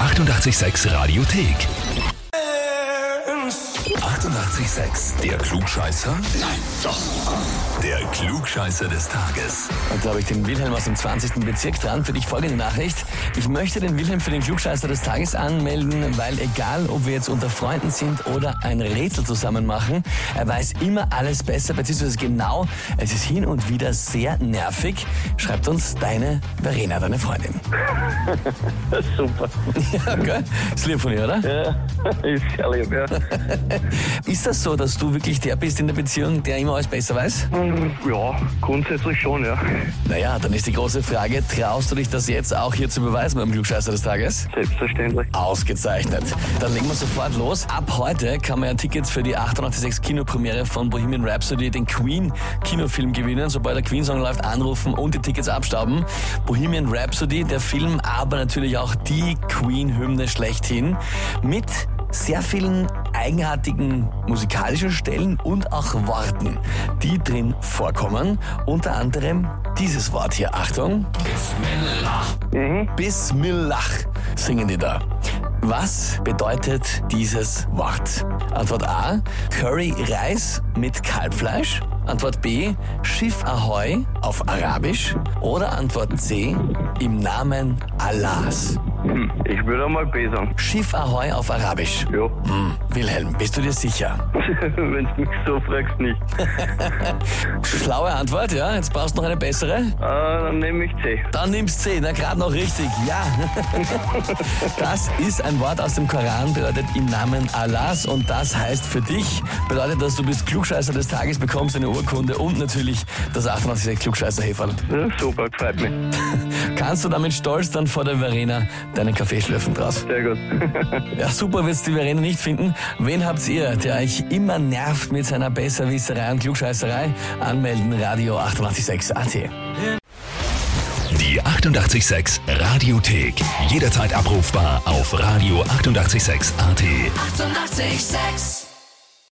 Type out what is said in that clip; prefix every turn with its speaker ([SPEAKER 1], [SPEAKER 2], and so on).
[SPEAKER 1] 886 Radiothek. 88,6. Der Klugscheißer? Nein, doch. Der Klugscheißer des Tages.
[SPEAKER 2] Und da habe ich den Wilhelm aus dem 20. Bezirk dran. Für dich folgende Nachricht. Ich möchte den Wilhelm für den Klugscheißer des Tages anmelden, weil egal, ob wir jetzt unter Freunden sind oder ein Rätsel zusammen machen, er weiß immer alles besser, beziehungsweise genau. Es ist hin und wieder sehr nervig. Schreibt uns deine Verena, deine Freundin.
[SPEAKER 3] Super.
[SPEAKER 2] Ja, geil. Ist lieb von ihr, oder?
[SPEAKER 3] Ja, ist sehr lieb, ja.
[SPEAKER 2] Ist das so, dass du wirklich der bist in der Beziehung, der immer alles besser weiß?
[SPEAKER 3] Ja, grundsätzlich schon, ja.
[SPEAKER 2] Naja, dann ist die große Frage, traust du dich das jetzt auch hier zu beweisen beim Glückscheißer des Tages?
[SPEAKER 3] Selbstverständlich.
[SPEAKER 2] Ausgezeichnet. Dann legen wir sofort los. Ab heute kann man ja Tickets für die 886 Kinopremiere von Bohemian Rhapsody, den Queen Kinofilm gewinnen. Sobald der Queen Song läuft, anrufen und die Tickets abstauben. Bohemian Rhapsody, der Film, aber natürlich auch die Queen Hymne schlechthin mit sehr vielen eigenartigen musikalischen Stellen und auch Worten, die drin vorkommen. Unter anderem dieses Wort hier. Achtung. Bismillah singen die da. Was bedeutet dieses Wort? Antwort A. Curry Reis mit Kalbfleisch. Antwort B. Schiff Ahoi auf Arabisch. Oder Antwort C. Im Namen Allahs.
[SPEAKER 3] Hm, Ich würde mal B sagen.
[SPEAKER 2] Schiff Ahoi auf Arabisch.
[SPEAKER 3] Ja,
[SPEAKER 2] Hm, Wilhelm, bist du dir sicher?
[SPEAKER 3] wenn du mich so fragst, nicht.
[SPEAKER 2] Schlaue Antwort, ja. Jetzt brauchst du noch eine bessere.
[SPEAKER 3] Äh, dann nehme ich C.
[SPEAKER 2] Dann nimmst C, na gerade noch richtig, ja. Das ist ein Wort aus dem Koran, bedeutet im Namen Allahs und das heißt für dich, bedeutet, dass du bist Klugscheißer des Tages, bekommst eine Urkunde und natürlich das 98 klugscheißer -Häferl.
[SPEAKER 3] Ja, super, gefällt mir.
[SPEAKER 2] Kannst du damit stolz dann vor der Verena deinen Kaffee schlürfen draus?
[SPEAKER 3] Sehr gut.
[SPEAKER 2] Ja, super wird's die Verena nicht finden. Wen habt ihr, der euch immer nervt mit seiner Besserwisserei und Klugscheißerei? Anmelden, Radio 886 AT.
[SPEAKER 1] Die 88,6 Radiothek. Jederzeit abrufbar auf radio886.at. 88,6.
[SPEAKER 4] Eighty-eight, sex.